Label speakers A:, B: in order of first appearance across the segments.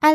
A: 艾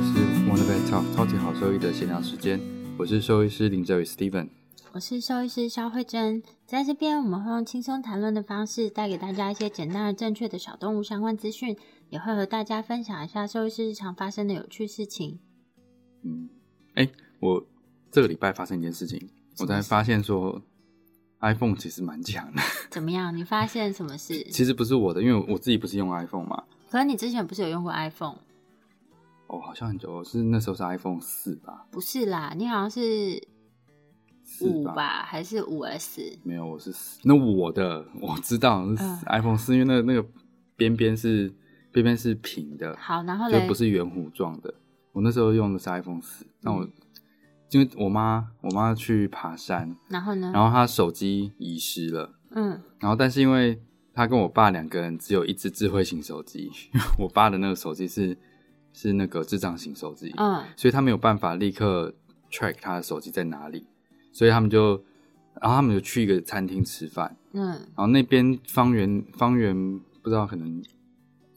B: 是《Wanna Be Top 超级好兽医》的闲聊时间，我是兽医师林哲宇 Steven。
A: 我是兽医师肖慧珍，在这边我们会用轻松谈论的方式，带给大家一些简单而正确的小动物相关资讯，也会和大家分享一下兽医师日常发生的有趣事情。
B: 嗯，哎、我这个礼拜发生一件事情，我才发现说 iPhone 其实蛮强的。
A: 怎么样？你发现什么事？
B: 其实不是我的，因为我自己不是用 iPhone 嘛。
A: 可是你之前不是有用过 iPhone？
B: 哦，好像很久，我是那时候是 iPhone 四吧？
A: 不是啦，你好像是
B: 四
A: 五？吧，还是五 S？
B: 没有，我是四那我的我知道是
A: 嗯
B: iPhone 四、因为那个那个边边是边边是平的，
A: 好，然后
B: 就
A: 嘞，
B: 不是圆弧状的。我那时候用的是 iPhone 四，那
A: 嗯
B: 我、因为我妈我妈去爬山，
A: 然后呢？
B: 然后她手机遗失了，
A: 嗯，
B: 然后但是因为她跟我爸两个人只有一只智慧型手机， 因为我爸的那个手机是是那个智障型手机，
A: 嗯，
B: 所以他没有办法立刻 track 他的手机在哪里，所以他们就然后他们就去一个餐厅吃饭，
A: 嗯，
B: 然后那边方圆方圆不知道可能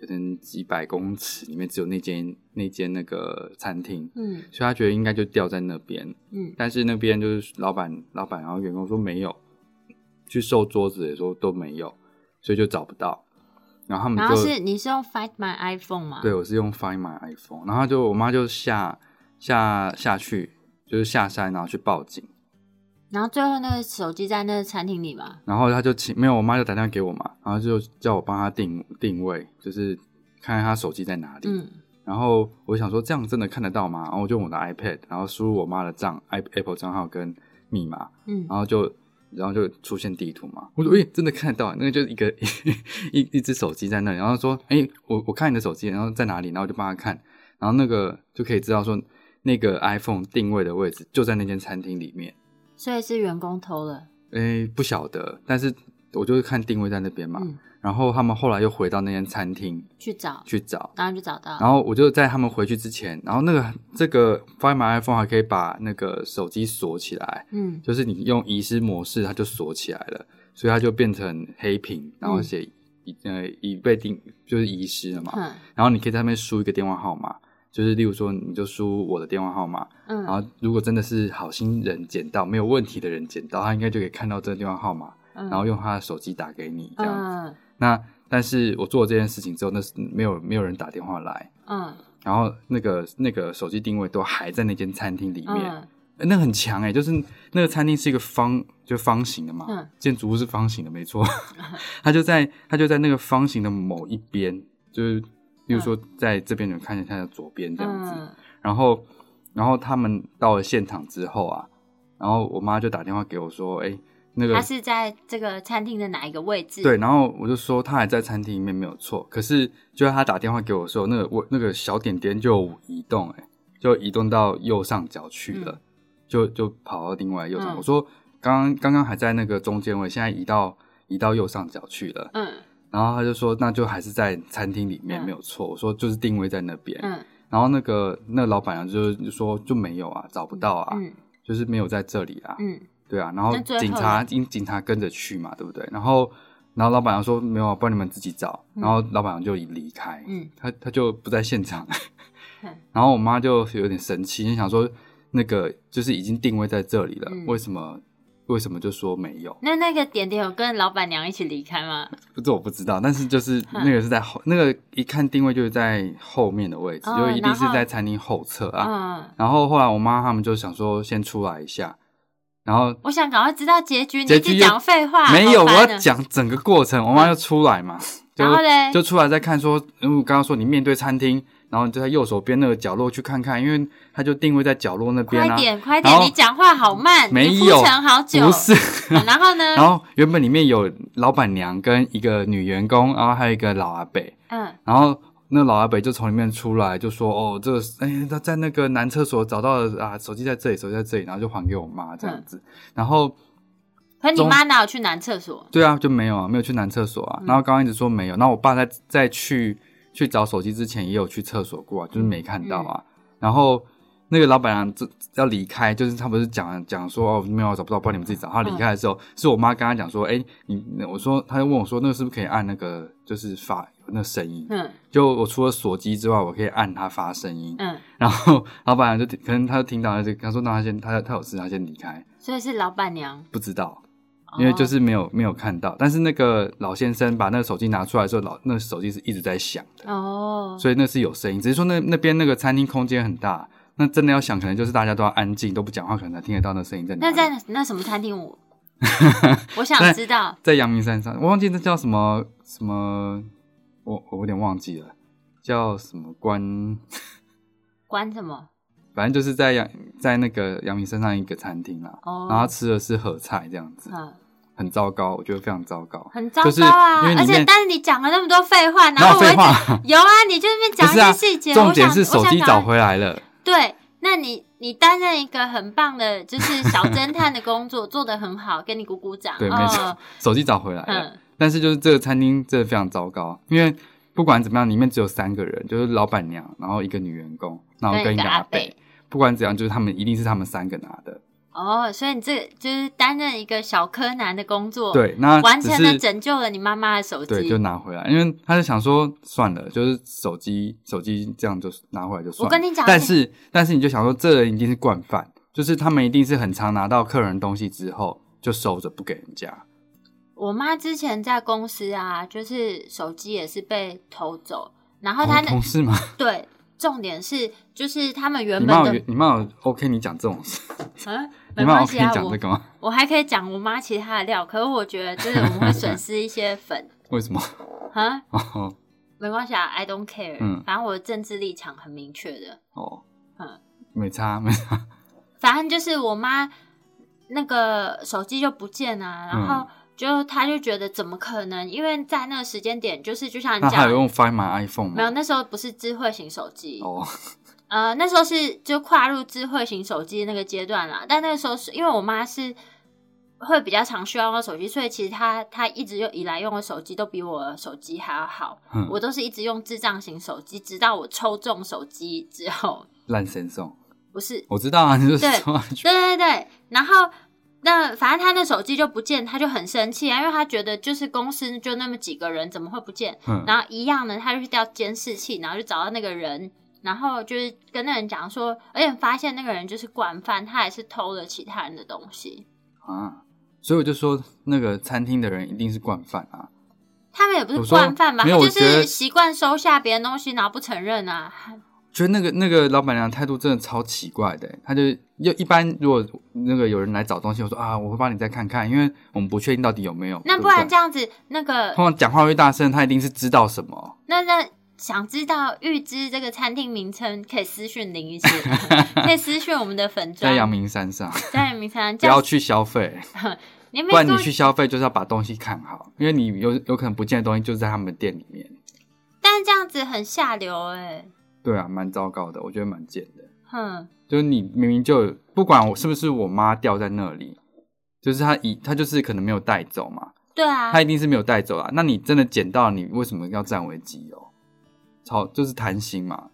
B: 可能几百公尺里面只有那间那间那个餐厅，
A: 嗯，
B: 所以他觉得应该就掉在那边。
A: 嗯，
B: 但是那边就是老板老板然后员工说没有，去收桌子也说都没有，所以就找不到。然后他们
A: 然后
B: 就是
A: 你是用 Find My iPhone 吗？
B: 对，我是用 Find My iPhone，然后就我妈就下下下去就是下山然后去报警。
A: 然后最后那个手机在那个餐厅里嘛，
B: 然后他就请没有，我妈就打电话给我嘛，然后就叫我帮她定定位，就是看看她手机在哪里。
A: 嗯，
B: 然后我想说这样真的看得到吗？然后我就用我的 iPad，然后输入我妈的账 i Apple 账号跟密码，
A: 嗯，
B: 然后就然后就出现地图嘛。我说诶、真的看得到，那个就是一个 一一只手机在那里，然后说诶、我我看你的手机，然后在哪里？然后我就帮她看，然后那个就可以知道说那个 iPhone 定位的位置就在那间餐厅里面。
A: 所以是员工偷了，
B: 诶、不晓得，但是我就是看定位在那边嘛。
A: 嗯，
B: 然后他们后来又回到那间餐厅
A: 去找，
B: 去找，
A: 然后就找到，
B: 然后我就在他们回去之前，然后那个这个 Find My iPhone 还可以把那个手机锁起来，
A: 嗯，
B: 就是你用遗失模式，它就锁起来了，所以它就变成黑屏，然
A: 嗯
B: 后写已、呃已被定就是遗失了嘛。
A: 哼，
B: 然后你可以在那边输一个电话号码，就是例如说你就输我的电话号码，
A: 嗯，
B: 然后如果真的是好心人捡到没有问题的人捡到，他应该就可以看到这个电话号码，
A: 嗯，
B: 然后用他的手机打给你这样子。
A: 嗯
B: 那但是我做了这件事情之后，那是没有没有人打电话来，
A: 嗯
B: 然后那个那个手机定位都还在那间餐厅里面，
A: 嗯
B: 欸那很强哎、就是那个餐厅是一个方就方形的嘛，
A: 嗯
B: 建筑物是方形的 没错，它就在它就在那个方形的某一边，就是例如说在这边你们看一下的左边这样子，
A: 嗯
B: 然后然后他们到了现场之后啊，然后我妈就打电话给我说，哎、那个
A: 他是在这个餐厅的哪一个位置？
B: 对，，然后我就说他还在餐厅里面没有错，可是就在他打电话给我的时候，那个我那个小点点就移动、欸，就移动到右上角去了，
A: 嗯
B: 就就跑到另外右上角。
A: 嗯
B: 我说刚刚刚刚还在那个中间位，现在移到移到右上角去了。
A: 嗯
B: 然后他就说那就还是在餐厅里面、
A: 嗯
B: 没有错，我说就是定位在那边。
A: 嗯
B: 然后那个那老板娘就就说就没有啊，找不到啊，
A: 嗯
B: 就是没有在这里啊。
A: 嗯
B: 对啊，然后
A: 那最后
B: 警察
A: 呢
B: 警警察跟着去嘛，对不对？然后然后老板娘说没有啊，不然你们自己找。
A: 嗯
B: 然后老板娘就离开，
A: 嗯
B: 他他就不在现场
A: 嗯。
B: 然后我妈就有点生气，就想说那个就是已经定位在这里了，
A: 嗯
B: 为什么为什么就说没有？
A: 那那个点点有跟老板娘一起离开吗？
B: 不这我不知道，但 是就是
A: 嗯
B: 那个是在后那个一看定位就是在后面的位置，
A: 哦
B: 就一定是
A: 然后
B: 在餐厅后侧啊。
A: 嗯，
B: 然后后来我妈他们就想说先出来一下，然后
A: 我想赶快知道结局，你
B: 结
A: 一
B: 局
A: 直
B: 又
A: 讲废话，
B: 没有，
A: 好
B: 我
A: 烦
B: 要
A: 呢。
B: 讲整个过程。我妈就出来嘛，
A: 嗯
B: 就
A: 然后嘞
B: 就出来再看说，因为我刚刚说你面对餐厅，然后你就在右手边那个角落去看看，因为它就定位在角落那边
A: 快
B: 啊。
A: 点，快
B: 然
A: 点！
B: 后
A: 你讲话好慢，
B: 没
A: 你铺
B: 有
A: 陈好久。
B: 不是，
A: 啊然后呢？
B: 然后原本里面有老板娘跟一个女员工，然后还有一个老阿伯，
A: 嗯
B: 然后那老阿北就从里面出来，就说：“哦，这个哎，他在那个男厕所找到了啊，手机在这里，手机在这里。”然后就还给我妈这样子。
A: 嗯
B: 然后
A: 可你妈哪有去男厕所？
B: 对啊，就没有啊，没有去男厕所啊。然后刚刚一直说没有，那我爸在在去去找手机之前也有去厕所过、啊，就是没看到啊。然后那个老板娘这要离开，就是他不是讲讲说哦没有找不到，帮你们自己找。他离开的时候，是我妈跟他讲说：“哎，你我说，他就问我说，那个是不是可以按那个就是发有那个声音？”
A: 嗯
B: 就我除了锁机之外，我可以按它发声音。
A: 嗯，
B: 然后老板娘就可能他就听到，他就他说那他先他他有事，他先离开，
A: 所以是老板娘，
B: 不知道，因为就
A: 哦
B: 是没有没有看到。但是那个老先生把那个手机拿出来的时候，老那个手机是一直在响的，
A: 哦，
B: 所以那是有声音。只是说那那边那个餐厅空间很大，那真的要响，可能就是大家都要安静，都不讲话，可能才听得到那声音在哪
A: 那
B: 里。
A: 在那什么餐厅 我我
B: 在
A: 想知道
B: 在阳明山上，我忘记那叫什么什么，我我有点忘记了，叫什么关。
A: 关什么
B: 反正就是在阳在那个阳明山上一个餐厅啦，
A: 哦，
B: 然后吃的是合菜这样子，
A: 嗯
B: 很糟糕，我觉得非常糟糕。
A: 很糟
B: 就是
A: 糕啊！
B: 因为里
A: 而且
B: 面
A: 但是你讲了那么多废话，然
B: 哪有
A: 后我
B: 废
A: 一直
B: 话？
A: 有啊，你就那边
B: 不
A: 讲一
B: 是啊
A: 些细节，，
B: 重
A: 我
B: 点
A: 想
B: 是手机
A: 我想
B: 找
A: 赶快
B: 回来了。
A: 对，那你你担任一个很棒的，就是小侦探的工作， 做得很好，给你鼓鼓掌。
B: 对，
A: 哦
B: 没错，手机找回来了。
A: 嗯
B: 但是就是这个餐厅真的非常糟糕，因为不管怎么样，里面只有三个人，就是老板娘，然后一个女员工，然后
A: 跟
B: 跟
A: 一
B: 一
A: 个
B: 个
A: 阿
B: 阿
A: 伯
B: 伯。不管怎样，就是他们一定是他们三个拿的。
A: 哦，所以你这个就是担任一个小柯南的工作，，
B: 对，那
A: 完
B: 只
A: 成
B: 是
A: 了拯救了你妈妈的手
B: 对，
A: 机
B: 就。拿回来，因为他就想说算了，就是手机手机这样就拿回来就算了。
A: 我跟你讲
B: 但是但是你就想说，这人一定是惯犯，就是他们一定是很常拿到客人东西之后就收着不给人家。
A: 我妈之前在公司啊，就是手机也是被偷走，然后她
B: 哦
A: 那
B: 同事吗？
A: 对，重点是就是他们原
B: 你
A: 本
B: 妈有
A: 的，
B: 你妈有 OK 你讲这种事，
A: 嗯， 没
B: 你妈
A: 关
B: 有
A: 系
B: OK
A: 啊，
B: 讲
A: 我
B: 这个吗？
A: 我还可以讲我妈其他的料，可是我觉得就是我们会损失一些粉
B: 为什么？
A: 啊。
B: 哦
A: 没关系啊，I don't care。
B: 嗯
A: 反正我的政治立场很明确的。
B: 哦，
A: 嗯
B: 没差没差，
A: 反正就是我妈那个手机就不见啊，然
B: 嗯
A: 后就她就觉得怎么可能？因为在那个时间点，就是就像你
B: 那还
A: 讲
B: 有， 用 Find My iPhone 吗？
A: 没有那时候不是智慧型手机，
B: 哦，
A: 呃，那时候是就跨入智慧型手机那个阶段啦。但那个时候是因为我妈是。会比较常需要用到手机，所以其实她她一直用以来用的手机都比我的手机还要好。
B: 嗯
A: 我都是一直用智障型手机，直到我抽中手机之后，
B: 烂神送，
A: 不是，
B: 我知道啊，你就是
A: 对
B: 说
A: 对对对，然后那反正他那手机就不见，他就很生气啊，因为他觉得就是公司就那么几个人，怎么会不见？
B: 嗯
A: 然后一样呢，他就去调监视器，然后就找到那个人，然后就是跟那人讲说，而且发现那个人就是惯犯，他也是偷了其他人的东西。
B: 啊，所以我就说那个餐厅的人一定是惯犯啊。
A: 他们也不是
B: 我说
A: 惯犯吧，
B: 没
A: 他
B: 有
A: 就
B: 我觉
A: 是
B: 得
A: 习惯收下别人东西，然后不承认啊。
B: 觉得那个那个老板娘态度真的超奇怪的欸，她就要一般如果那个有人来找东西，我说啊，我会帮你再看看，因为我们不确定到底有没有。
A: 那不
B: 对不
A: 然这
B: 对
A: 样子，那个
B: 通常讲话越大声，她一定是知道什么。
A: 那那想知道预知这个餐厅名称，可以私讯林 医师，可以私讯我们的粉
B: 在
A: 砖
B: 阳明山上，
A: 在明山，啊
B: 不
A: 这
B: 要
A: 样
B: 去消费，
A: 你没
B: 不然
A: 跟
B: 你
A: 我
B: 去消费就是要把东西看好，因为你有有可能不见的东西就是在他们的店里面。
A: 但是这样子很下流哎、
B: 对啊，蛮糟糕的，我觉得蛮贱的。
A: 哼，
B: 就是你明明就有不管我是不是我妈掉在那里，就是她以她就是可能没有带走嘛，
A: 对啊
B: 他，一定是没有带走啊。那你真的捡到，你为什么要占为己有？超就是贪心嘛，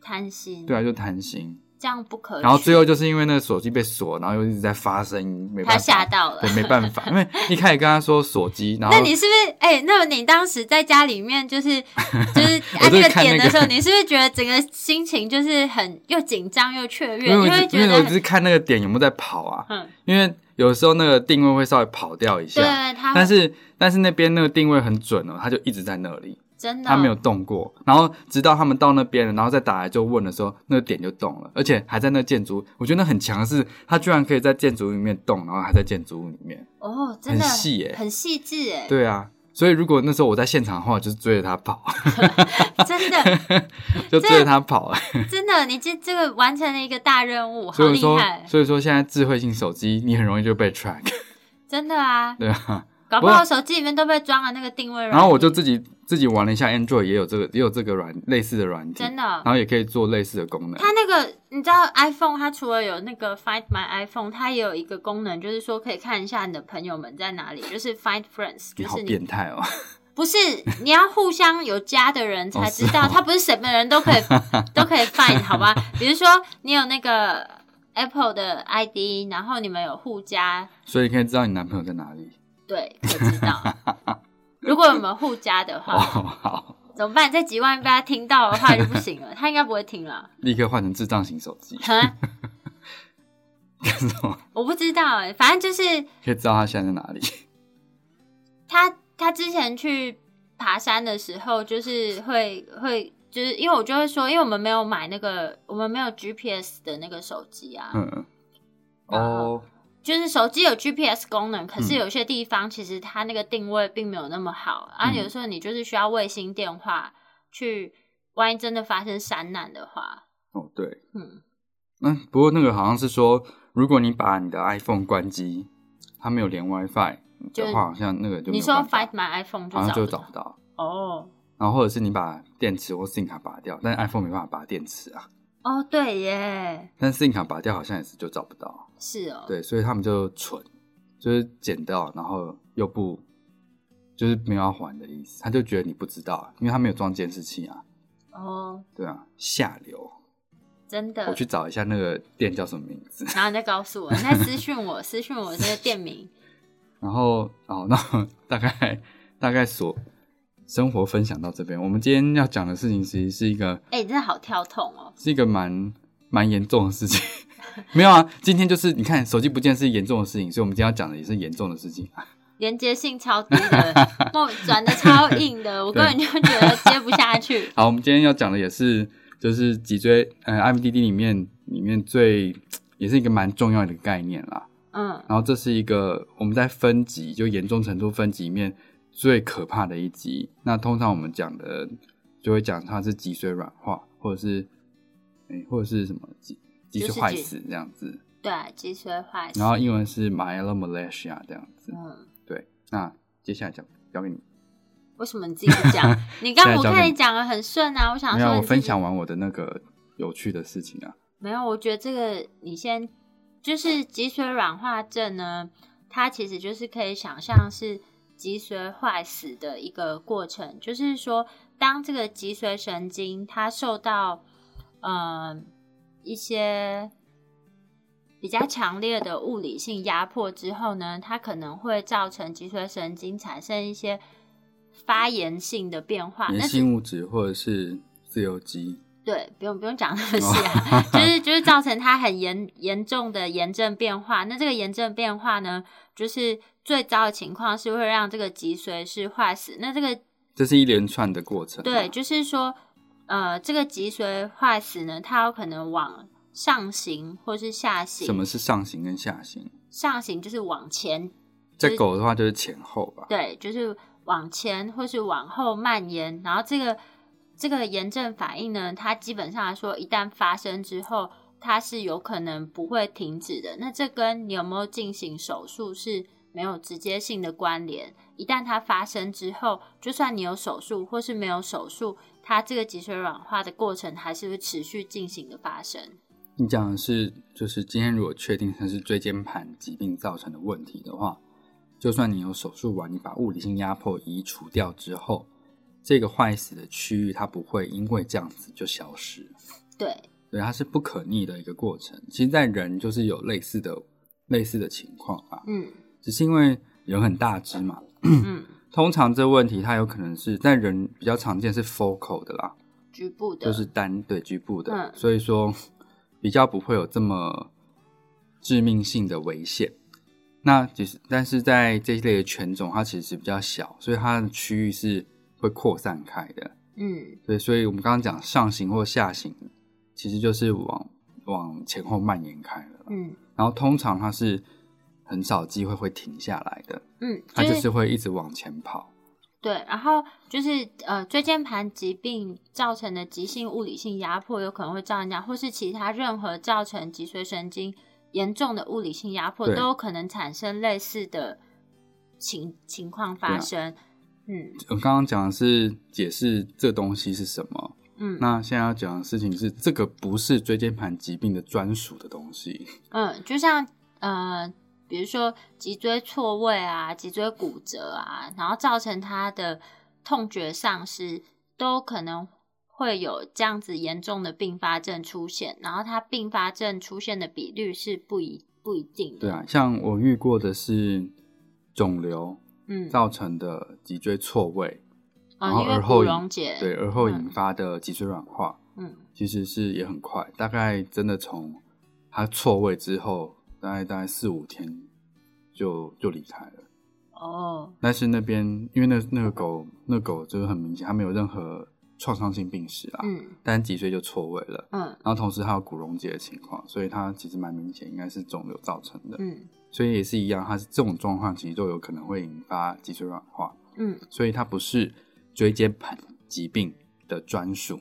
A: 贪心，
B: 对啊，就贪心。
A: 这样不可取。
B: 然后最后就是因为那个手机被锁，然后又一直在发声音，没办
A: 他
B: 法，
A: 吓到了
B: 对，。没办法，因为一开始跟他说锁机，然后
A: 那你是不是哎、那么你当时在家里面就是 就是
B: 我
A: 按这
B: 就是
A: 个
B: 看
A: 点的
B: 那个
A: 时候，你是不是觉得整个心情就是很又紧张又雀跃，
B: 因
A: 你
B: 为
A: 会
B: 我
A: 觉
B: 因
A: 得
B: 为我只
A: 很
B: 是看那个点有没有在跑啊，
A: 嗯，
B: 因为有时候那个定位会稍微跑掉一
A: 对啊
B: 下，
A: 对，他
B: 但是但是那边那个定位很准哦，他就一直在那里，
A: 真的
B: 他没有动过。然后直到他们到那边了，然后再打来就问的时候，那个点就动了，而且还在那建筑。我觉得那很强的是，他居然可以在建筑物里面动，然后还在建筑物里面。
A: 哦，真的
B: 很细耶
A: 很细致哎，
B: 对啊，所以如果那时候我在现场的话，我就是追着他 跑，
A: 真的
B: 就追着他跑。
A: 真的，你这这个完成了一个大任务，好
B: 所以我
A: 厉
B: 说，
A: 害！
B: 所以说现在智慧型手机你很容易就被 track，
A: 真的啊，
B: 对啊，
A: 搞不
B: 不
A: 好
B: 是
A: 手机里面都被装了那个定位软体。
B: 然后我就自己自己玩了一下 Android，也有这个也有这个软类似的软体，
A: 真的
B: 然，后也可以做类似的功能。
A: 它那个你知道 iPhone 它除了有那个 Find My iPhone，它也有一个功能，就是说可以看一下你的朋友们在哪里，就是 Find Friends，
B: 你
A: 就
B: 好
A: 是你
B: 变态哦！
A: 不是你要互相有加的人才知
B: 哦
A: 道，
B: 是哦
A: 它不是什么人都可 以都可以 find 好吧？比如说你有那个 Apple 的 ID，然后你们有互加，
B: 所以可以知道你男朋友在哪里。
A: 对，可知道。 如果有没有互加的
B: 哦，
A: 话，
B: 好，
A: 怎么办？在几万被他听到的话就不行 了，他应该不会听了。
B: 立刻换成智障型手机，
A: 哈，
B: 干什么？
A: 我不知道、欸，反正就是
B: 可以知道他现在在哪里。
A: 他他之前去爬山的时候，就是会会就是因为我就会说，因为我们没有买那个，我们没有 GPS 的那个手机啊，
B: 嗯，
A: 然后
B: 哦，
A: 就是手机有 GPS 功能，可是
B: 嗯
A: 有些地方其实它那个定位并没有那么好，啊，
B: 嗯
A: 有时候你就是需要卫星电话去，万一真的发生山难的话，
B: 哦，对，
A: 嗯，
B: 嗯，不过那个好像是说，如果你把你的 iPhone 关机，它没有连 WiFi
A: 就
B: 的话，好像那个就没
A: 你
B: 有
A: 说
B: 办
A: Find
B: 法，
A: My iPhone
B: 好像
A: 就
B: 就
A: 找
B: 找
A: 不
B: 不
A: 到
B: 到。
A: 哦
B: 然后或者是你把电池或 SIM 卡拔掉，但是 iPhone 没办法拔电池啊，
A: 哦对耶，
B: 但 SIM 卡拔掉好像也是就找不到，
A: 是哦，
B: 对，所以他们就蠢，就是捡到然后又不就是没有要还的意思，他就觉得你不知道啊，因为他没有装监视器啊，
A: 哦
B: 对啊，下流，
A: 真的，
B: 我去找一下那个店叫什么名字，
A: 然后你再告诉我，你再私讯我，私讯我这个店名。
B: 然后哦，那我们大概大概所生活分享到这边，我们今天要讲的事情其实是一个
A: 哎、你真的好跳痛哦！
B: 是一个蛮蛮严重的事情。 没有啊，今天就是你看手机不见是严重的事情，所以我们今天要讲的也是严重的事情。
A: 连接性超低的，梦转的超硬的，我根本就觉得接不下去。
B: 好，我们今天要讲的也是就是脊椎呃 IMDD 里面里面最也是一个蛮重要的一个概念啦。
A: 嗯，
B: 然后这是一个我们在分级就严重程度分级里面最可怕的一集。那通常我们讲的就会讲它是脊髓软化，或者是哎、或者是什么脊脊
A: 就是
B: 髓坏
A: 脊
B: 死这样子，
A: 对、啊，脊髓坏死。
B: 然后英文是 myelomalacia 这样子。
A: 嗯，
B: 对，那接下来讲交给你。
A: 为什么你自己不 讲？你刚
B: 现在
A: 我
B: 交给
A: 看你
B: 你
A: 讲的很顺啊，我想
B: 没
A: 说
B: 有，
A: 你
B: 我
A: 自
B: 分
A: 己
B: 享完我的那个有趣的事情啊。
A: 没有，我觉得这个你先就是脊髓软化症呢，它其实就是可以想象是脊髓坏死的一个过程，就是说当这个脊髓神经它受到呃一些比较强烈的物理性压迫之后呢，它可能会造成脊髓神经产生一些发炎性的变化，
B: 粘
A: 那是
B: 性物质或者是自由基，
A: 对，不用不用讲那
B: 哦
A: 么细 啊，就是就是造成它很严严重的炎症变化。那这个炎症变化呢，就是最糟的情况是会让这个脊髓是坏死。那这个
B: 这是一连串的过程啊。
A: 对，就是说，呃，这个脊髓坏死呢，它有可能往上行或是下行。
B: 什么是上行跟下行？
A: 上行就是往前，
B: 在狗的话就是前后吧。
A: 对，就是往前或是往后蔓延。然后这个这个炎症反应呢，它基本上来说，一旦发生之后，它是有可能不会停止的。那这跟你有没有进行手术是没有直接性的关联。一旦它发生之后，就算你有手术或是没有手术，它这个脊髓软化的过程还是会持续进行的发生。
B: 你讲的是，就是今天如果确定它是椎间盘疾病造成的问题的话，就算你有手术完，你把物理性压迫移除掉之后，这个坏死的区域它不会因为这样子就消失。
A: 对，
B: 对，它是不可逆的一个过程。其实，在人就是有类似的类似的情况啊，
A: 嗯
B: 只是因为人很大只嘛。
A: 嗯，
B: 通常这问题它有可能是在人比较常见是 focal 的啦，
A: 局部的，
B: 就是单对局部的，
A: 嗯
B: 所以说比较不会有这么致命性的危险。那只是，但是在这一类的犬种，它其实比较小，所以它的区域是会扩散开的。
A: 嗯
B: 对，所以我们刚刚讲上行或下行，其实就是往往前后蔓延开了。
A: 嗯
B: 然后通常它是很少机会会停下来的，
A: 嗯，
B: 它就是会一直往前跑。
A: 对，然后就是呃，椎间盘疾病造成的急性物理性压迫，有可能会造成这样，或是其他任何造成脊髓神经严重的物理性压迫，
B: 对
A: 都有可能产生类似的情情况发生。嗯
B: 我刚刚讲的是解释这东西是什么，
A: 嗯
B: 那现在要讲的事情是这个不是椎间盘疾病的专属的东西。
A: 嗯，就像呃，比如说脊椎错位啊、脊椎骨折啊，然后造成他的痛觉丧失，都可能会有这样子严重的并发症出现。然后它并发症出现的比率是不一不一定的。
B: 对啊，像我遇过的是肿瘤
A: 嗯，
B: 造成的脊椎错位，
A: 呃
B: 然后
A: 因为
B: 而
A: 骨
B: 后
A: 溶解，
B: 对，而后引
A: 嗯
B: 发的脊椎软化，
A: 嗯
B: 其实是也很快，大概真的从它错位之后，大概大概四五天就就离开了。
A: 哦，
B: 但是那边因为那那个狗那狗就是很明显，它没有任何创伤性病史啊，
A: 嗯
B: 但脊椎就错位了。
A: 嗯
B: 然后同时还有骨溶解的情况，所以它其实蛮明显，应该是肿瘤造成的。
A: 嗯
B: 所以也是一样，它是这种状况其实都有可能会引发脊椎软化，
A: 嗯，
B: 所以它不是椎间盘疾病的专属。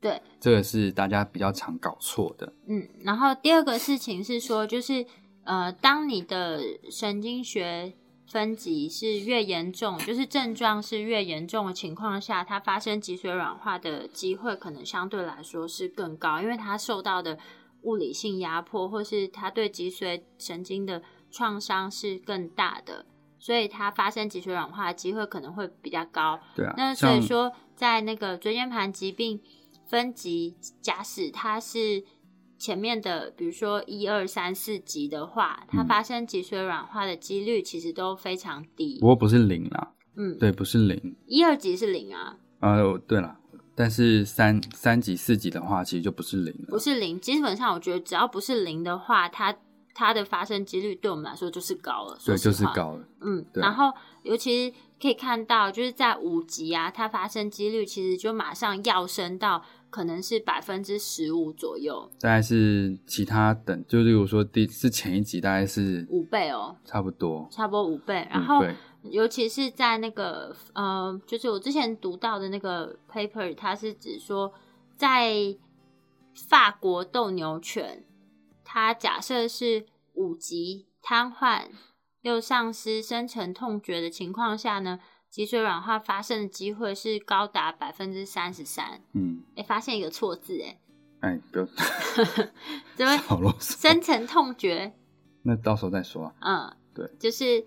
A: 对，
B: 这个是大家比较常搞错的。
A: 嗯，然后第二个事情是说，就是呃，当你的神经学分级是越严重，就是症状是越严重的情况下，它发生脊髓软化的机会可能相对来说是更高，因为它受到的物理性压迫或是它对脊髓神经的创伤是更大的，所以它发生脊髓软化的机会可能会比较高。
B: 对啊，
A: 那所以说，在那个椎间盘疾病分级，假使它是前面的，比如说一二三四级的话，它
B: 嗯
A: 发生脊髓软化的几率其实都非常低
B: 不。过不是零啦，
A: 嗯，
B: 对，不是零。
A: 一二级是零啊，
B: 呃，对了，但是三三级四级的话，其实就不是零了。
A: 不是零。基本上，我觉得只要不是零的话，它它的发生几率对我们来说就是高了。
B: 对，
A: 说实
B: 就是
A: 话
B: 高了。
A: 嗯，
B: 对啊
A: 然后尤其是可以看到，就是在五级啊，它发生几率其实就马上要升到可能是百分之十五左右，
B: 大概是其他等，就例如说第是前一集大概是
A: 五倍哦，
B: 差不多，
A: 差不多五倍。然
B: 嗯
A: 后
B: 对
A: 尤其是在那个呃，就是我之前读到的那个 paper，它是指说在法国斗牛犬，它假设是五级瘫痪又丧失深层痛觉的情况下呢，脊髓软化发生的机会是高达百分之三十三。
B: 嗯，
A: 哎，发现一个错字，哎，
B: 哎，不要
A: 因为
B: 好啰嗦，
A: 深层痛觉
B: 那到时候再说啊。
A: 嗯，
B: 对，
A: 就是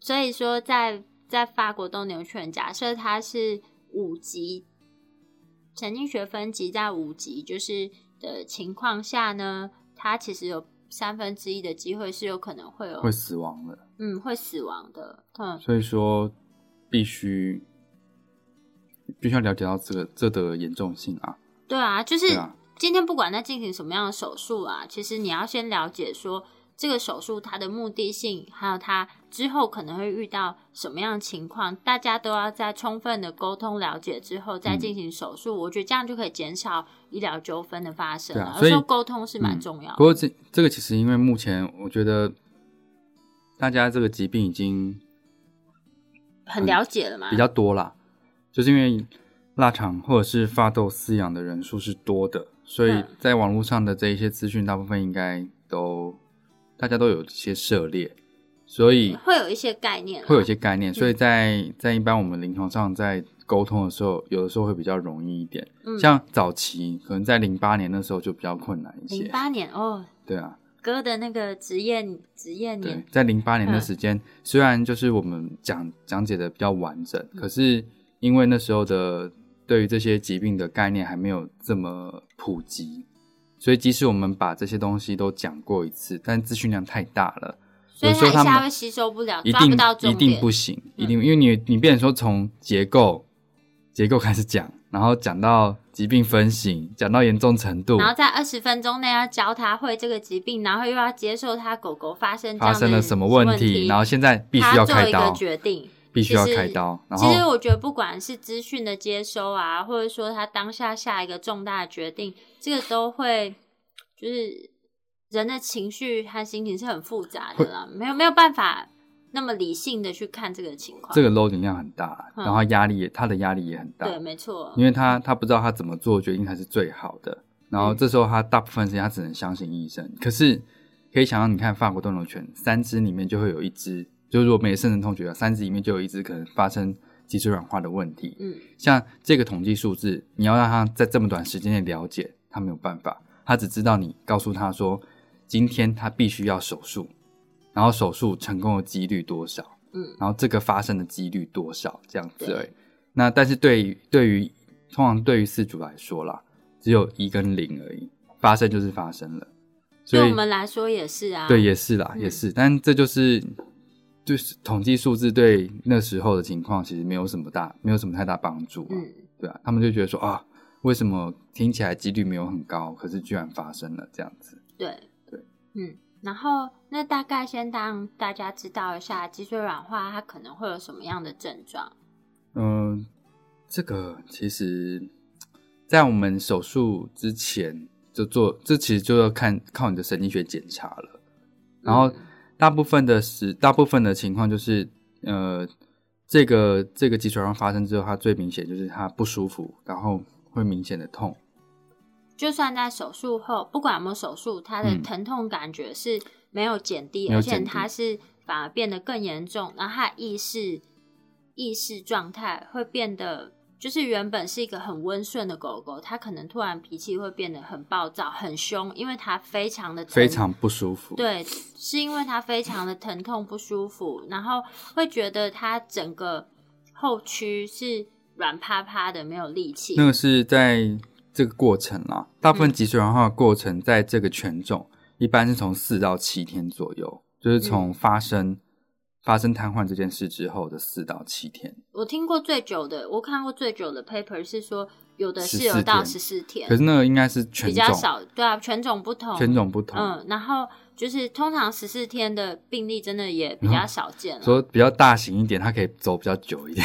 A: 所以说在，在法国斗牛犬，假设它是五级神经学分级在五级就是的情况下呢，它其实有三分之一的机会是有可能会有
B: 会死亡的，
A: 嗯会死亡的，嗯
B: 所以说必须必须要了解到这个这的严重性啊。
A: 对啊，就是
B: 对啊
A: 今天不管在进行什么样的手术啊，其实你要先了解说这个手术它的目的性，还有它之后可能会遇到什么样的情况，大家都要在充分的沟通了解之后
B: 嗯
A: 再进行手术。我觉得这样就可以减少医疗纠纷的发生
B: 对
A: 了。
B: 啊
A: 而
B: 所以
A: 说沟通是蛮重要的。
B: 不过这这个其实因为目前我觉得大家这个疾病已经
A: 很了解了嘛？
B: 比较多啦，就是因为腊肠或者是发豆饲养的人数是多的，所以
A: 嗯
B: 在网络上的这一些资讯，大部分应该都大家都有一些涉猎，所以
A: 会有一些概念啦，
B: 会有一些概
A: 嗯
B: 念。所以在在一般我们临床上在沟通的时候，有的时候会比较容易一点。
A: 嗯
B: 像早期可能在零八年那时候就比较困难一
A: 零
B: 些，
A: 八年哦，
B: 对啊，
A: 哥的那个职业职业
B: 对
A: 年，，
B: 在零八年的
A: 嗯
B: 时间，虽然就是我们讲讲解的比较完整，
A: 嗯
B: 可是因为那时候的对于这些疾病的概念还没有这么普及，所以即使我们把这些东西都讲过一次，但资讯量太大了，
A: 所以
B: 有时候
A: 他一
B: 他
A: 下
B: 们
A: 会吸收不了，
B: 一
A: 抓
B: 定
A: 啊不到
B: 一
A: 重
B: 定
A: 点嗯
B: 不。行，一定，因为你你变成说从结构结构开始讲，然后讲到疾病分型，讲到严重程度
A: 然，后在二十分钟内要教他会这个疾病，然后又要接受他狗狗发生这样
B: 发
A: 的
B: 生了什么
A: 问
B: 问题，然后现在必须
A: 他
B: 要
A: 做
B: 开
A: 一个
B: 刀，
A: 决定。
B: 必须要
A: 其实
B: 开刀，然后
A: 其实我觉得，不管是资讯的接收啊，或者说他当下下一个重大的决定，这个都会就是人的情绪和心情是很复杂的啦，没有没有办法那么理性的去看这个情况。
B: 这个 loading 量很大，
A: 嗯
B: 然后压力也他的压力也很大，
A: 对，没错，
B: 因为他他不知道他怎么做决定才是最好的，然后这时候他大部分时间他只能相信医生。可是可以想象，你看法国斗牛犬，三只里面就会有一只就是如果没深层痛觉，啊三只里面就有一只可能发生脊髓软化的问题。
A: 嗯，
B: 像这个统计数字，你要让他在这么短时间内了解，他没有办法，他只知道你告诉他说，今天他必须要手术，然后手术成功的几率多少，
A: 嗯，
B: 然后这个发生的几率多少这样子
A: 对
B: 而已。那但是对于对于通常对于四主来说啦，只有一跟零而已，发生就是发生了，所
A: 对
B: 以
A: 我们来说也是啊。
B: 对，也是啦，
A: 嗯
B: 也是，但这就是就是统计数字对那时候的情况其实没有什么大，没有什么太大帮助、啊。
A: 嗯，
B: 对啊，他们就觉得说啊，为什么听起来几率没有很高，可是居然发生了这样子？
A: 对
B: 对，
A: 嗯。然后，那大概先让大家知道一下脊髓软化它可能会有什么样的症状。
B: 嗯、这个其实，在我们手术之前就做，这其实就要看靠你的神经学检查了。然后
A: 嗯
B: 大部分的时，大部分的情况就是，呃，这个这个脊髓炎发生之后，它最明显就是它不舒服，然后会明显的痛。
A: 就算在手术后，不管有没有手术，它的
B: 嗯
A: 疼痛感觉是没有减低，
B: 没有
A: 而
B: 减
A: 且
B: 低
A: 它是反而变得更严重，然后它的意识意识状态会变得，就是原本是一个很温顺的狗狗，它可能突然脾气会变得很暴躁、很凶，因为它非常的
B: 非常不舒
A: 嗯
B: 服，，
A: 对，是因为它非常的疼痛不舒服，然后会觉得它整个后区是软趴趴的，没有力气。
B: 那个是在这个过程啦。大部分
A: 嗯
B: 脊髓炎化的过程，在这个犬种一般是从四到七天左右，就是
A: 嗯
B: 从发生、发生瘫痪这件事之后的四到七天。
A: 我听过最久的，我看过最久的 paper 是说，有的是
B: 14
A: 有到
B: 天
A: 十四天，
B: 可是那个应该是犬
A: 比
B: 种
A: 较，少，对啊，犬种不同，
B: 犬种不同。
A: 嗯，然后就是通常十四天的病例真的也比较少见了，
B: 说比较大型一点，它可以走比较久一点，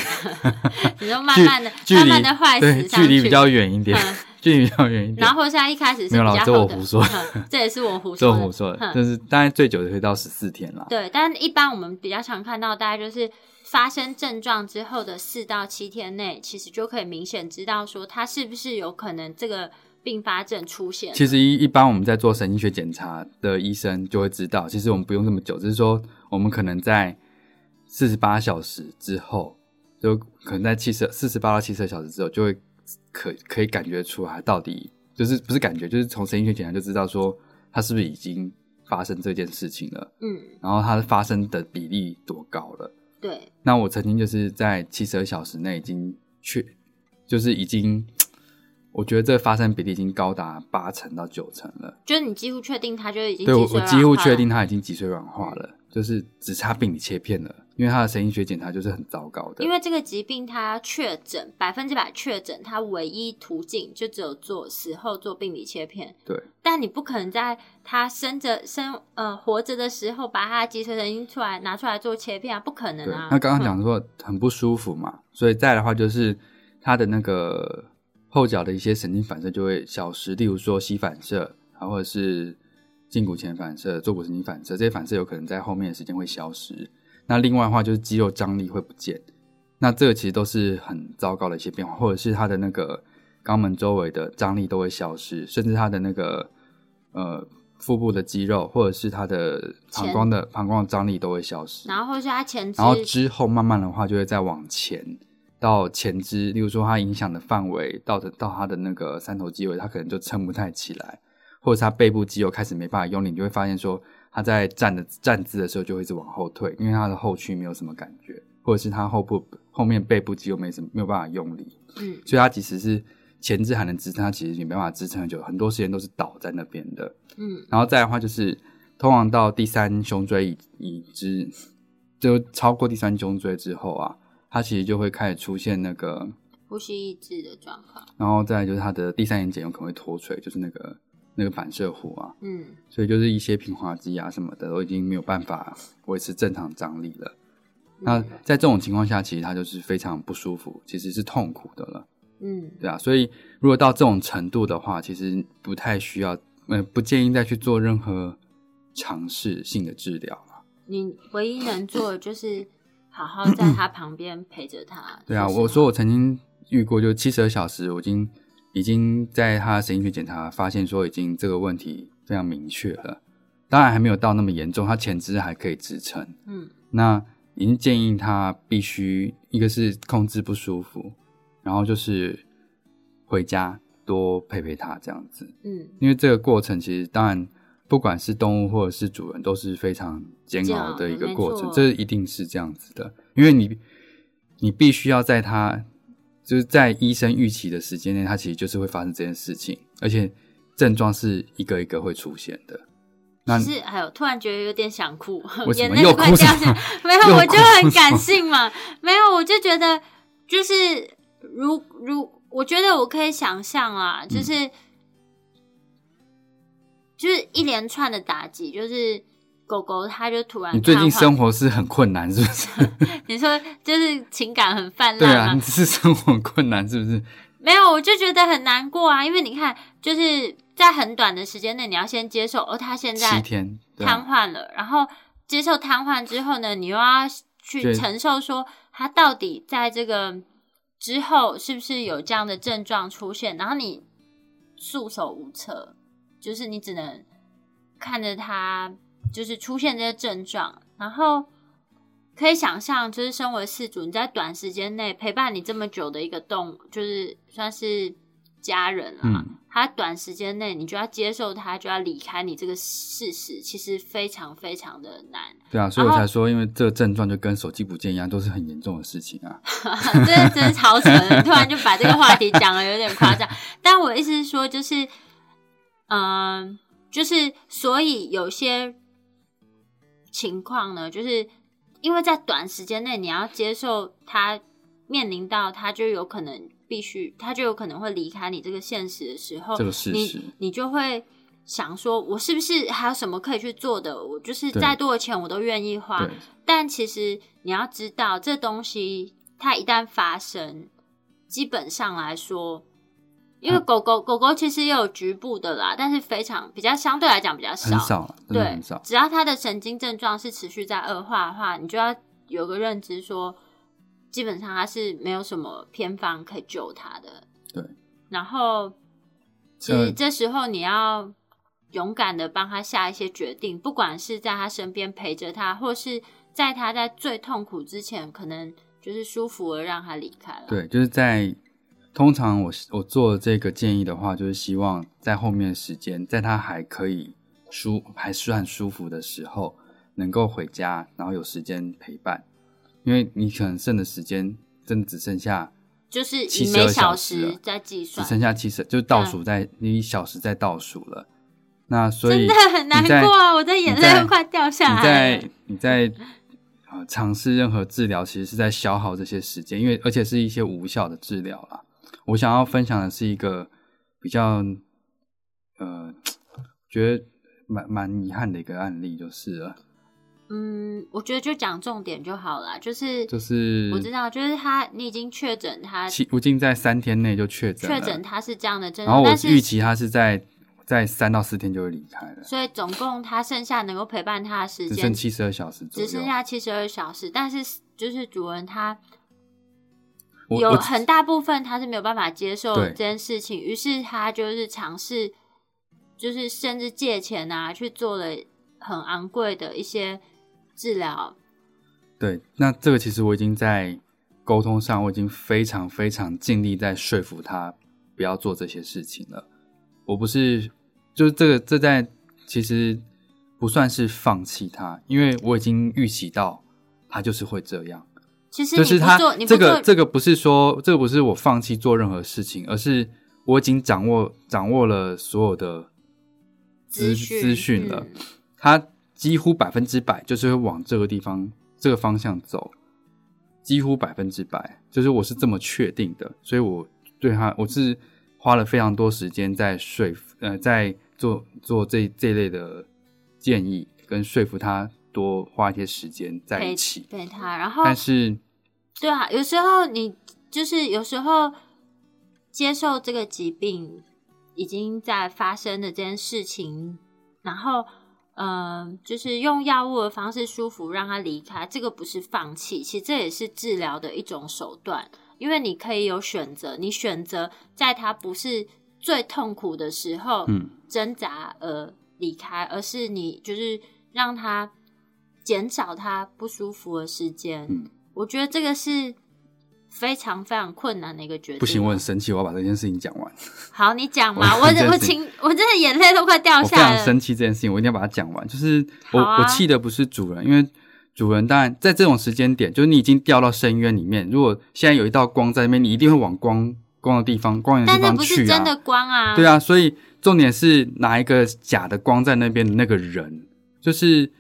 A: 你就慢慢的、
B: 距
A: 慢
B: 离
A: 慢的坏
B: 对
A: 死上
B: 距
A: 去，
B: 离比较远一点，
A: 嗯
B: 距离比较远一点。
A: 然后或是他一开始是比
B: 没有啦
A: 较
B: 这我
A: 厚的，
B: 胡说
A: 嗯这也是我胡
B: 这
A: 说
B: 我
A: 的，
B: 胡说的，
A: 嗯
B: 就是大概最久的可以到十四天啦。
A: 对，但一般我们比较常看到，大概就是发生症状之后的四到七天内，其实就可以明显知道说它是不是有可能这个并发症出现了。
B: 其实一一般我们在做神经学检查的医生就会知道，其实我们不用这么久，只是说我们可能在四十八小时之后，就可能在七十四十八到七十小时之后，就会可可以感觉出来到底就是不是感觉，就是从神经学检查就知道说它是不是已经发生这件事情了，
A: 嗯，
B: 然后它发生的比例多高了。
A: 对，
B: 那我曾经就是在七十二小时内已经确，就是已经，我觉得这发生比例已经高达八成到九成了。
A: 就是你几乎确定它就已经
B: 对我，
A: 脊髓
B: 我
A: 软
B: 几乎
A: 化
B: 确
A: 了
B: 定它已经脊髓软化了，就是只差病理切片了，因为它的神经学检查就是很糟糕的。
A: 因为这个疾病它确诊百分之百确诊，它唯一途径就只有做死后做病理切片。
B: 对，
A: 但你不可能在它生着生呃活着的时候把它的脊髓神经出来拿出来做切片啊，不可能
B: 对，
A: 啊。
B: 那刚
A: 嗯
B: 刚讲说很不舒服嘛，所以再的话就是它的那个后脚的一些神经反射就会消失，例如说膝反射，啊或者是胫骨前反射、坐骨神经反射，这些反射有可能在后面的时间会消失。那另外的话就是肌肉张力会不见，那这个其实都是很糟糕的一些变化，或者是它的那个肛门周围的张力都会消失，甚至它的那个呃腹部的肌肉或者是它的膀
A: 前
B: 胱的膀胱的张力都会消失。
A: 然后或是它前肢
B: 然后之后慢慢的话就会再往前到前肢，例如说它影响的范围到的到它的那个三头肌尾，它可能就撑不太起来，或者是它背部肌肉开始没办法用力，你就会发现说它在站的站姿的时候就会一直往后退，因为它的后区没有什么感觉，或者是它后部后面背部肌肉没什么没有办法用力，
A: 嗯
B: 所以它即使是前肢还能支撑，它其实也没办法支撑很久，很多时间都是倒在那边的。
A: 嗯
B: 然后再来的话就是，通常到第三胸椎已已知，就超过第三胸椎之后啊，它其实就会开始出现那个，
A: 呼吸抑制的状况。
B: 然后再来就是它的第三眼睑有可能会脱垂，就是那个那个反射弧啊，
A: 嗯，
B: 所以就是一些平滑肌啊什么的都已经没有办法维持正常张力了。那
A: 嗯
B: 在这种情况下，其实它就是非常不舒服，其实是痛苦的了。
A: 嗯
B: 对啊，所以如果到这种程度的话，其实不太需要，呃，不建议再去做任何尝试性的治疗啊
A: 你唯一能做的就是好好在它旁边陪着它。
B: 对啊，
A: 就是
B: 我说我曾经遇过，就七十二小时，我已经已经在他的神经学检查发现说已经这个问题非常明确了，当然还没有到那么严重，他前肢还可以支撑。
A: 嗯
B: 那已经建议他必须一个是控制不舒服，然后就是回家多陪陪他这样子。
A: 嗯，
B: 因为这个过程其实当然，不管是动物或者是主人，都是非常煎
A: 煎
B: 熬
A: 熬
B: 的一个
A: 没
B: 过程，
A: 错
B: 这一定是这样子的，因为你你必须要在它就是在医生预期的时间内，它其实就是会发生这件事情，而且症状是一个一个会出现的。那
A: 其实哎呦，突然觉得有点想哭，
B: 为什
A: 眼
B: 么
A: 泪
B: 又
A: 快
B: 哭
A: 掉
B: 什
A: 下
B: 么
A: 来。没有，
B: 又
A: 我就
B: 哭
A: 很
B: 什么
A: 感性嘛。没有，我就觉得就是如如，我觉得我可以想象
B: 嗯
A: 啊，就是、就是一连串的打击，就是狗狗它就突然
B: 你最
A: 瘫
B: 近
A: 痪
B: 生活是很困难，是不是？
A: 你说就是情感很泛
B: 对
A: 滥
B: 啊，
A: 吗
B: 你是生活很困难，是不是？
A: 没有，我就觉得很难过啊，因为你看，就是在很短的时间内，你要先接受哦，他现
B: 七
A: 在
B: 天，对
A: 瘫
B: 啊，
A: 痪了，然后接受瘫痪之后呢，你又要去
B: 对
A: 承受说他到底在这个之后是不是有这样的症状出现，然后你束手无策，就是你只能看着他就是出现这些症状，然后。可以想象，就是身为饲主，你在短时间内陪伴你这么久的一个动物，就是算是家人啊，
B: 嗯，
A: 他短时间内你就要接受他，就要离开你这个事实，其实非常非常的难。
B: 对啊，所以我
A: 然后
B: 才说，因为这个症状就跟手机不见一样，都是很严重的事情啊。
A: 这 真是超扯的，突然就把这个话题讲的有点夸张。但我的意思是说，就是，嗯、就是所以有些情况呢，就是因为在短时间内你要接受他面临到他就有可能必须，他就有可能会离开你这个现实的时候，
B: 这个事实
A: 你你就会。想说，我是不是还有什么可以去做的？我就是
B: 对
A: 再多的钱我都愿意花。
B: 对，
A: 但其实你要知道，这东西它一旦发生，基本上来说，因为
B: 嗯
A: 狗狗、狗狗其实也有局部的啦，但是非常比较相对来讲比较
B: 很少啊，真的
A: 对
B: 很少，。
A: 只要它的神经症状是持续在恶化的话，你就要有个认知说，基本上它是没有什么偏方可以救它的。
B: 对。
A: 然后，其实
B: 呃
A: 这时候你要勇敢的帮他下一些决定，不管是在他身边陪着他，或是在他在最痛苦之前，可能就是舒服的让他离开了。
B: 对，就是在通常我是我做这个建议的话，就是希望在后面的时间，在他还可以舒还算舒服的时候，能够回家，然后有时间陪伴，因为你可能剩的时间真的只剩下
A: 就是以
B: 72
A: 每
B: 小时
A: 时
B: 了
A: 在计
B: 只
A: 算，嗯
B: 剩下七十，就是倒数在你小时在倒数了。那所
A: 真
B: 以
A: 的很难
B: 你在
A: 过啊！我的眼
B: 你在
A: 泪都快掉下
B: 你
A: 来了
B: 在。你在啊、呃尝试任何治疗，其实是在消耗这些时间，因为而且是一些无效的治疗啦。我想要分享的是一个比较呃，觉得蛮蛮遗憾的一个案例，就是了，
A: 嗯，我觉得就讲重点就好了，就是
B: 就是
A: 我知道，就是他你已经确诊他
B: 其我竟在三天内就确诊了
A: 确诊，他是这样的症
B: 然后
A: 状，
B: 我
A: 但是
B: 预期他是在在三到四天就会离开了，
A: 所以总共他剩下能够陪伴他的时
B: 只
A: 间
B: 剩七十二小时左
A: 只
B: 右。
A: 剩下七十二小时，但是就是主人他
B: 我
A: 有
B: 我
A: 很大部分他是没有办法接受
B: 对
A: 这件事情，于是他就是尝试，就是甚至借钱啊去做了很昂贵的一些治疗，
B: 对，那这个其实我已经在沟通上，我已经非常非常尽力在说服他不要做这些事情了。我不是，就是这个这在其实不算是放弃他，因为我已经预期到他就是会这样。
A: 其实
B: 就
A: 你不
B: 是他
A: 做，你不
B: 这
A: 做
B: 个这个不是说这个不是我放弃做任何事情，而是我已经掌握掌握了所有的
A: 资
B: 资
A: 讯
B: 资讯了
A: 嗯，
B: 他几乎百分之百就是会往这个地方这个方向走，几乎百分之百，就是我是这么确定的，所以我对他我是花了非常多时间在说服呃在做做这这类的建议跟说服他多花一些时间在一
A: 陪
B: 起，
A: 陪他，然后
B: 但是。
A: 对啊，有时候你就是有时候接受这个疾病已经在发生的这件事情，然后嗯、呃就是用药物的方式舒服让他离开，这个不是放弃，其实这也是治疗的一种手段，因为你可以有选择，你选择在他不是最痛苦的时候，
B: 嗯
A: 挣扎而离开，而是你就是让他减少他不舒服的时间。
B: 嗯
A: 我觉得这个是非常非常困难的一个决定。
B: 不行，我很生气，我要把这件事情讲完。
A: 好，你讲嘛，
B: 我
A: 我
B: 很生气
A: 我情我真的眼泪都快掉
B: 我非
A: 下
B: 常
A: 来了
B: 生。气这件事情，我一定要把它讲完。就是我、
A: 好啊
B: 我气的不是主人，因为主人当然在这种时间点，就是你已经掉到深渊里面。如果现在有一道光在那边，你一定会往光光的地方、光源的
A: 但
B: 地
A: 那
B: 方
A: 不是
B: 去啊
A: 真。的光啊！
B: 对啊，所以重点是拿一个假的光在那边的那个人，就是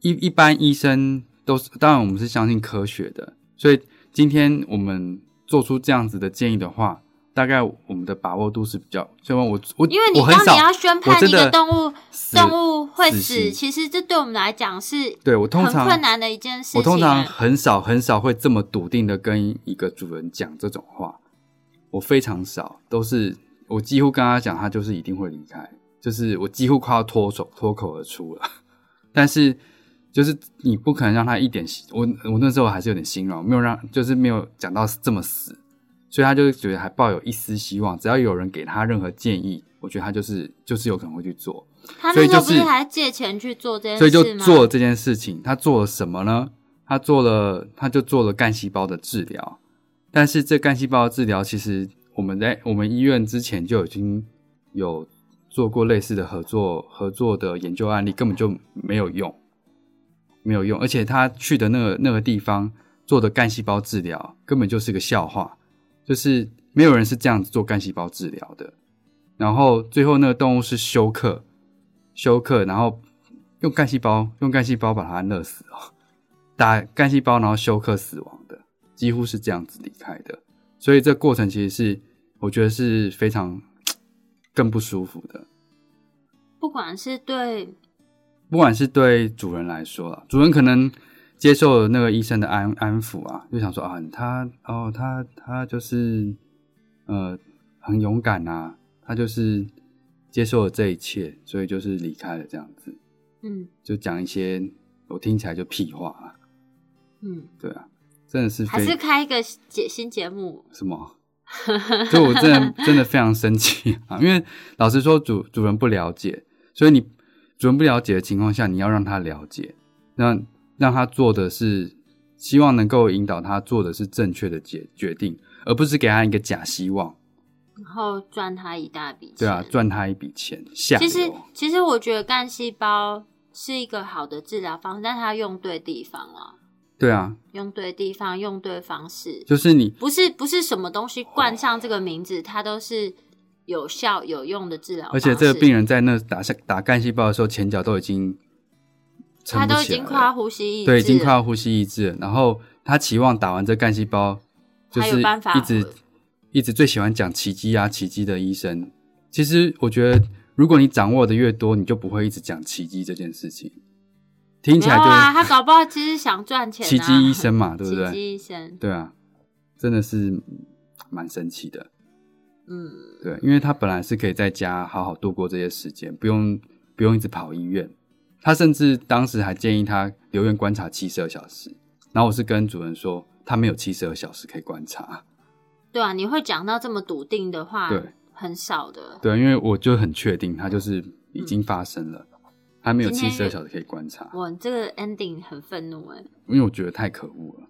B: 一一般医生都是，当然我们是相信科学的，所以今天我们做出这样子的建议的话，大概我们的把握度是比较，就我我
A: 因为你
B: 我很
A: 当
B: 少
A: 你要 宣
B: 我
A: 判
B: 真
A: 一个
B: 的
A: 动物
B: 死
A: 动物会
B: 死
A: 死，
B: 刑
A: 其实这对我们来讲是
B: 对我通
A: 很
B: 常
A: 困难的一件事情、
B: 我通常很少很少会这么笃定的跟一个主人讲这种话，我非常少，都是我几乎跟他讲，他就是一定会离开，就是我几乎快要脱手脱口而出了。 但是就是你不可能让他一点，我我那时候还是有点心软，我没有让就是没有讲到这么死，所以他就觉得还抱有一丝希望，只要有人给他任何建议，我觉得他就是就是有可能会去做。
A: 他
B: 所
A: 那
B: 以
A: 时候
B: 就
A: 不
B: 是
A: 还借钱去做这件事
B: 所
A: 吗？
B: 以就做了这件事情。他做了什么呢？他做了，他就做了干细胞的治疗。但是这干细胞的治疗，其实我们在我们医院之前就已经有做过类似的合作合作的研究案例，根本就没有用，没有用。而且他去的那个那个地方做的干细胞治疗，根本就是个笑话，就是没有人是这样子做干细胞治疗的。然后最后那个动物是休克，休克，然后用干细胞用干细胞把它勒死哦， 打干细胞然后休克死亡的，几乎是这样子离开的。所以这过程其实是我觉得是非常更不舒服的，
A: 不管是对
B: 不管是对主人来说啦，主人可能接受了那个医生的安安抚啊，就想说啊，他哦，他他就是呃很勇敢啊，他就是接受了这一切，所以就是离开了这样子，
A: 嗯
B: 就讲一些我听起来就屁话啊。
A: 嗯，
B: 对啊，真的是
A: 还是
B: 非
A: 开一个节新节目，
B: 什么？就我真 的真的非常生气啊！因为老实说主，主人不了解，所以你主人不了解的情况下，你要让他了解，让让他做的是希望能够引导他做的是正确的决决定，而不是给他一个假希望，
A: 然后赚他一大笔钱。
B: 对啊，赚他一笔钱哦下
A: 其实
B: 流。
A: 其实我觉得干细胞是一个好的治疗方式，但它用对地方了，
B: 对啊，
A: 用对地方，用对方式，
B: 就是你
A: 不是不是什么东西冠上这个名字，它都是有效有用的治疗方
B: 而
A: 式。
B: 且这个病人在那打下打干细胞的时候，前脚都已经撑
A: 他
B: 不
A: 都已
B: 起来
A: 经
B: 了
A: 快要呼吸抑制了，
B: 对，已经快要呼吸抑制了。然后他期望打完这干细胞，就
A: 他有
B: 是
A: 办法
B: 一直一直最喜欢讲奇迹啊，奇迹的医生。其实我觉得，如果你掌握的越多，你就不会一直讲奇迹这件事情。听起
A: 没
B: 来
A: 有啊，
B: 就
A: 他搞不好其实想赚钱、啊。
B: 奇迹医生嘛，对 不
A: 奇
B: 对？
A: 迹医生，
B: 对啊，真的是蛮神奇的。
A: 嗯，
B: 对，因为他本来是可以在家好好度过这些时间，不用不用一直跑医院。他甚至当时还建议他留院观察七十二小时，然后我是跟主任说他没有七十二小时可以观察。
A: 对啊，你会讲到这么笃定的话，
B: 对，
A: 很少的。
B: 对，因为我就很确定他就是已经发生了，他没有
A: 今
B: 七
A: 天
B: 十二小时可以观察，
A: 我这个 ending 很愤怒哎，
B: 因为我觉得太可恶了。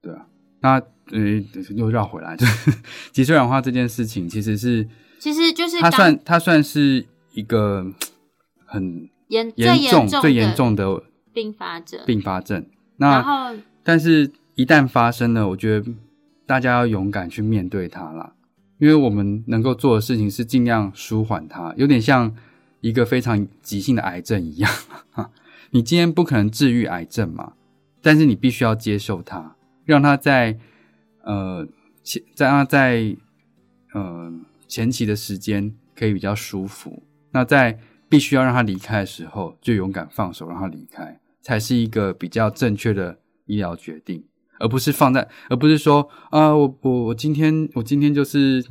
B: 对啊，那呃又绕回来，就是脊髓软化这件事情其实是
A: 其实就是
B: 它
A: 刚
B: 算它算是一个很
A: 严最
B: 严重、
A: 重
B: 最严
A: 的
B: 重的
A: 并发症，
B: 并发症。
A: 然
B: 那
A: 后
B: 但是，一旦发生了，我觉得大家要勇敢去面对它啦，因为我们能够做的事情是尽量舒缓它，有点像一个非常急性的癌症一样。 你今天不可能治愈癌症嘛，但是你必须要接受它，让它在呃前，让它在呃前期的时间可以比较舒服。那在必须要让他离开的时候，就勇敢放手让他离开，才是一个比较正确的医疗决定，而不是放在，而不是说啊，我我我今天我今天就是。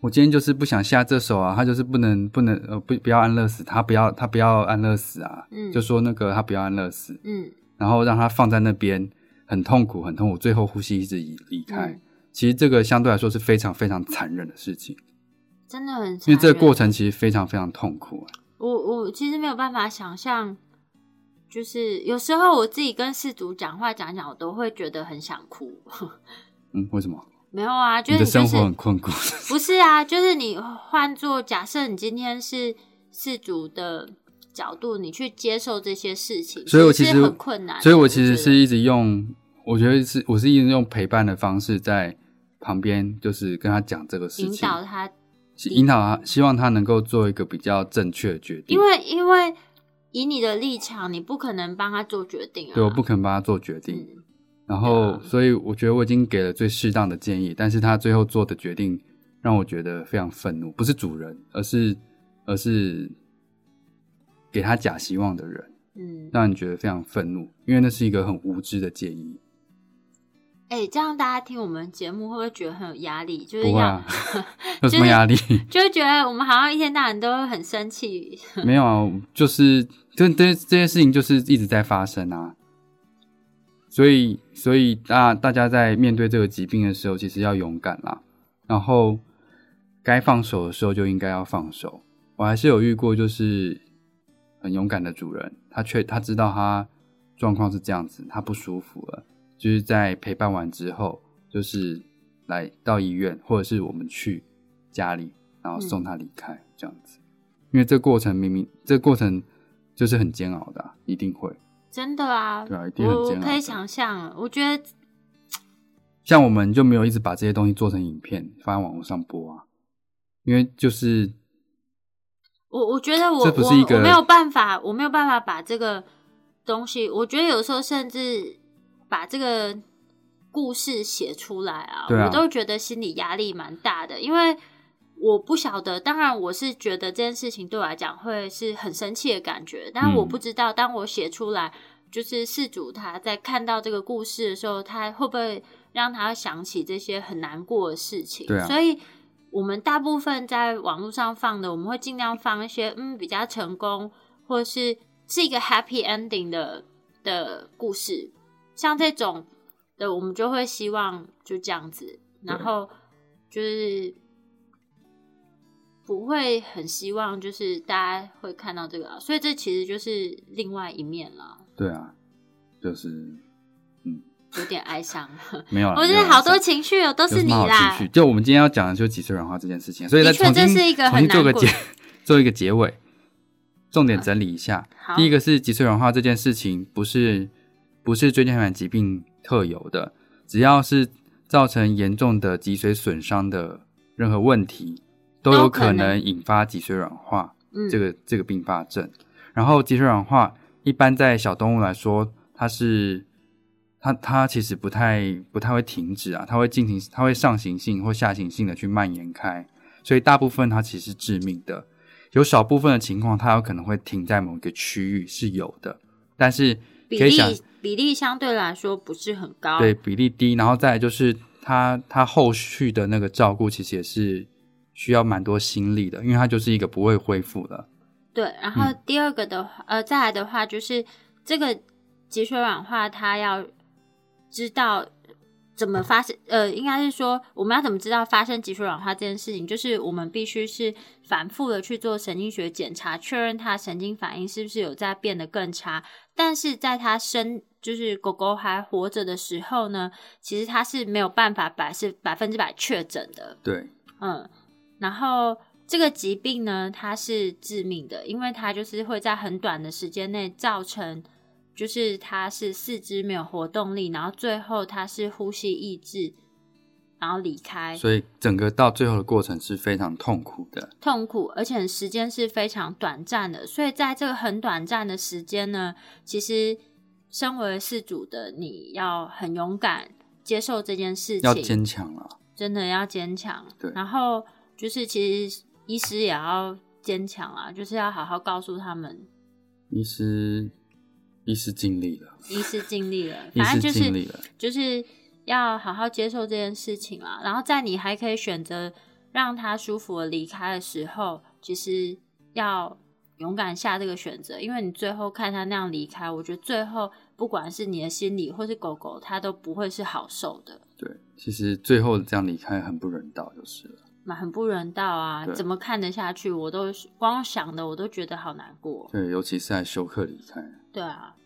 B: 我今天就是不想下这手啊，他就是不能不能呃不不要安乐死，他不要他不要安乐死啊，
A: 嗯
B: 就说那个他不要安乐死，
A: 嗯，
B: 然后让他放在那边，很痛苦，很痛苦，最后呼吸一直离离开。
A: 嗯
B: 其实这个相对来说是非常非常残忍的事情，
A: 真的很残
B: 因为这个
A: 忍
B: 过程其实非常非常痛苦、啊。
A: 我我其实没有办法想象就是有时候我自己跟事主讲话讲讲，我都会觉得很想哭。
B: 嗯，为什么？
A: 没有啊，就
B: 你
A: 是
B: 的
A: 你就
B: 生
A: 是
B: 活很困苦，
A: 不是啊，就是你换做假设你今天是事主的角度，你去接受这些事情，
B: 所以我
A: 其
B: 其
A: 实
B: 实
A: 很困难的。
B: 所以我其实
A: 觉得
B: 是一直用，我觉得是我是一直用陪伴的方式在旁边，就是跟他讲这个事情，
A: 引导他，
B: 是引导他，希望他能够做一个比较正确的决定。
A: 因为因为以你的立场，你不可能帮他做决定啊。
B: 对，我不肯帮他做决定，
A: 嗯，
B: 然
A: 对
B: 后、
A: 啊
B: 所以我觉得我已经给了最适当的建议，但是他最后做的决定让我觉得非常愤怒，不是主人，而是而是给他假希望的人，
A: 嗯，
B: 让你觉得非常愤怒，因为那是一个很无知的建 议。
A: 哎、这样大家听我们节目会不会觉得很有压力？就是
B: 不会
A: 要
B: 啊，有什么压力？
A: 就会觉得我们好像一天到晚都很生气，
B: 没有啊，就是这这这些事情就是一直在发生啊。所以，所以大大家在面对这个疾病的时候，其实要勇敢啦。然后，该放手的时候就应该要放手。我还是有遇过，就是很勇敢的主人，他却他知道他状况是这样子，他不舒服了，就是在陪伴完之后，就是来到医院，或者是我们去家里，然后送他离开、这样子。因为这过程明明这过程就是很煎熬的啊、一定会。
A: 真的啊，
B: 对啊一定很
A: 我我
B: 煎熬
A: 可以
B: 的
A: 想象，啊我觉得
B: 像我们就没有一直把这些东西做成影片放在网络上播啊，因为就是
A: 我我觉得我
B: 这不是一个
A: 我我没有办法，我没有办法把这个东西，我觉得有时候甚至把这个故事写出来啊，
B: 对啊
A: 我都觉得心理压力蛮大的，因为我不晓得，当然我是觉得这件事情对我来讲会是很生气的感觉，但我
B: 嗯
A: 不知道当我写出来，就是事主他在看到这个故事的时候，他会不会让他想起这些很难过的事情？
B: 对啊
A: 所以我们大部分在网络上放的，我们会尽量放一些嗯比较成功，或是是一个 happy ending 的的故事，像这种的，我们就会希望就这样子，然后就是。不会很希望，就是大家会看到这个啊，所以这其实就是另外一面了，
B: 对啊，就是
A: 有点哀伤。
B: 没啊有啦。
A: 我觉
B: 没
A: 得
B: 有啦
A: 好多情绪哦，都
B: 有
A: 是
B: 什
A: 你
B: 么好
A: 啦
B: 情绪。就我们今天要讲的就是脊髓软化这件事情，所以再
A: 的确
B: 重新
A: 这是一个
B: 重
A: 很
B: 新
A: 难
B: 做
A: 过
B: 个结做一个结尾，重点整理一下。
A: 好，
B: 第一个是脊髓软化这件事情，不是不是椎间盘疾病特有的，只要是造成严重的脊髓损伤的任何问题，都
A: 都
B: 有
A: 可
B: 可
A: 能
B: 能引发脊髓软化
A: 嗯
B: 这个这个并发症。然后脊髓软化一般在小动物来说，它是它它其实不太不太会停止啊，它会进行它会上行性或下行性的去蔓延开，所以大部分它其实是致命的。有少部分的情况，它有可能会停在某一个区域是有的，但是
A: 比
B: 可以想
A: 例比例相对来说不是很高，
B: 对，比例低，然后再来就是它它后续的那个照顾其实也是需要蛮多心力的，因为它就是一个不会恢复的。
A: 对。然后
B: 嗯
A: 第二个的话，呃，再来的话就是这个脊髓软化，它要知道怎么发生，呃，应该是说我们要怎么知道发生脊髓软化这件事情，就是我们必须是反复的去做神经学检查，确认它神经反应是不是有在变得更差。但是在它生就是狗狗还活着的时候呢，其实它是没有办法百是百分之百确诊的，
B: 对，
A: 嗯，然后这个疾病呢，它是致命的，因为它就是会在很短的时间内造成，就是它是四肢没有活动力，然后最后它是呼吸抑制，然后离开，
B: 所以整个到最后的过程是非常痛苦的。
A: 痛苦，而且时间是非常短暂的，所以在这个很短暂的时间呢，其实身为事主的你要很勇敢接受这件事情，
B: 要坚强啊了，
A: 真的要坚强。
B: 对
A: 然后就是其实医师也要坚强啊，就是要好好告诉他们，
B: 医师医师尽力了，
A: 医师尽力 了，
B: 医
A: 反正
B: 师
A: 就是
B: 尽力了，
A: 就是要好好接受这件事情啦。然后在你还可以选择让他舒服的离开的时候，其实要勇敢下这个选择，因为你最后看他那样离开，我觉得最后不管是你的心理或是狗狗，它都不会是好受的。
B: 对，其实最后这样离开很不人道，就是了。
A: 蛮很不人道啊，
B: 对
A: 怎么看得下去？我都光想的我都觉得好难过。
B: 对，尤其是在休克离开。
A: 对啊，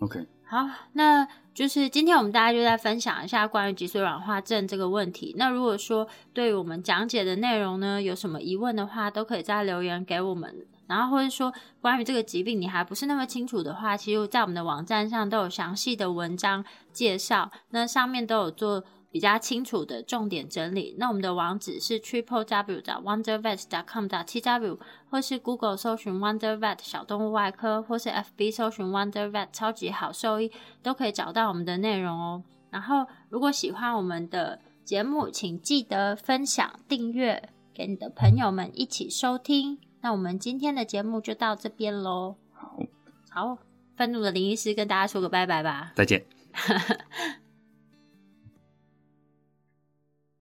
B: OK，
A: 好，那就是今天我们大家就在分享一下关于脊髓软化症这个问题。那如果说对于我们讲解的内容呢有什么疑问的话，都可以在留言给我们。然后或者说关于这个疾病你还不是那么清楚的话，其实在我们的网站上都有详细的文章介绍，那上面都有做。比较清楚的重点整理，那我们的网址是 triple w wonder vet com t w 或是 Google 搜寻 Wonder Vet 小动物外科，或是 FB 搜寻 Wonder Vet 超级好兽医，都可以找到我们的内容哦。然后，如果喜欢我们的节目，请记得分享、订阅，给你的朋友们一起收听。那我们今天的节目就到这边喽。
B: 好，
A: 好，愤怒的林医师跟大家说个拜拜吧。
B: 再见。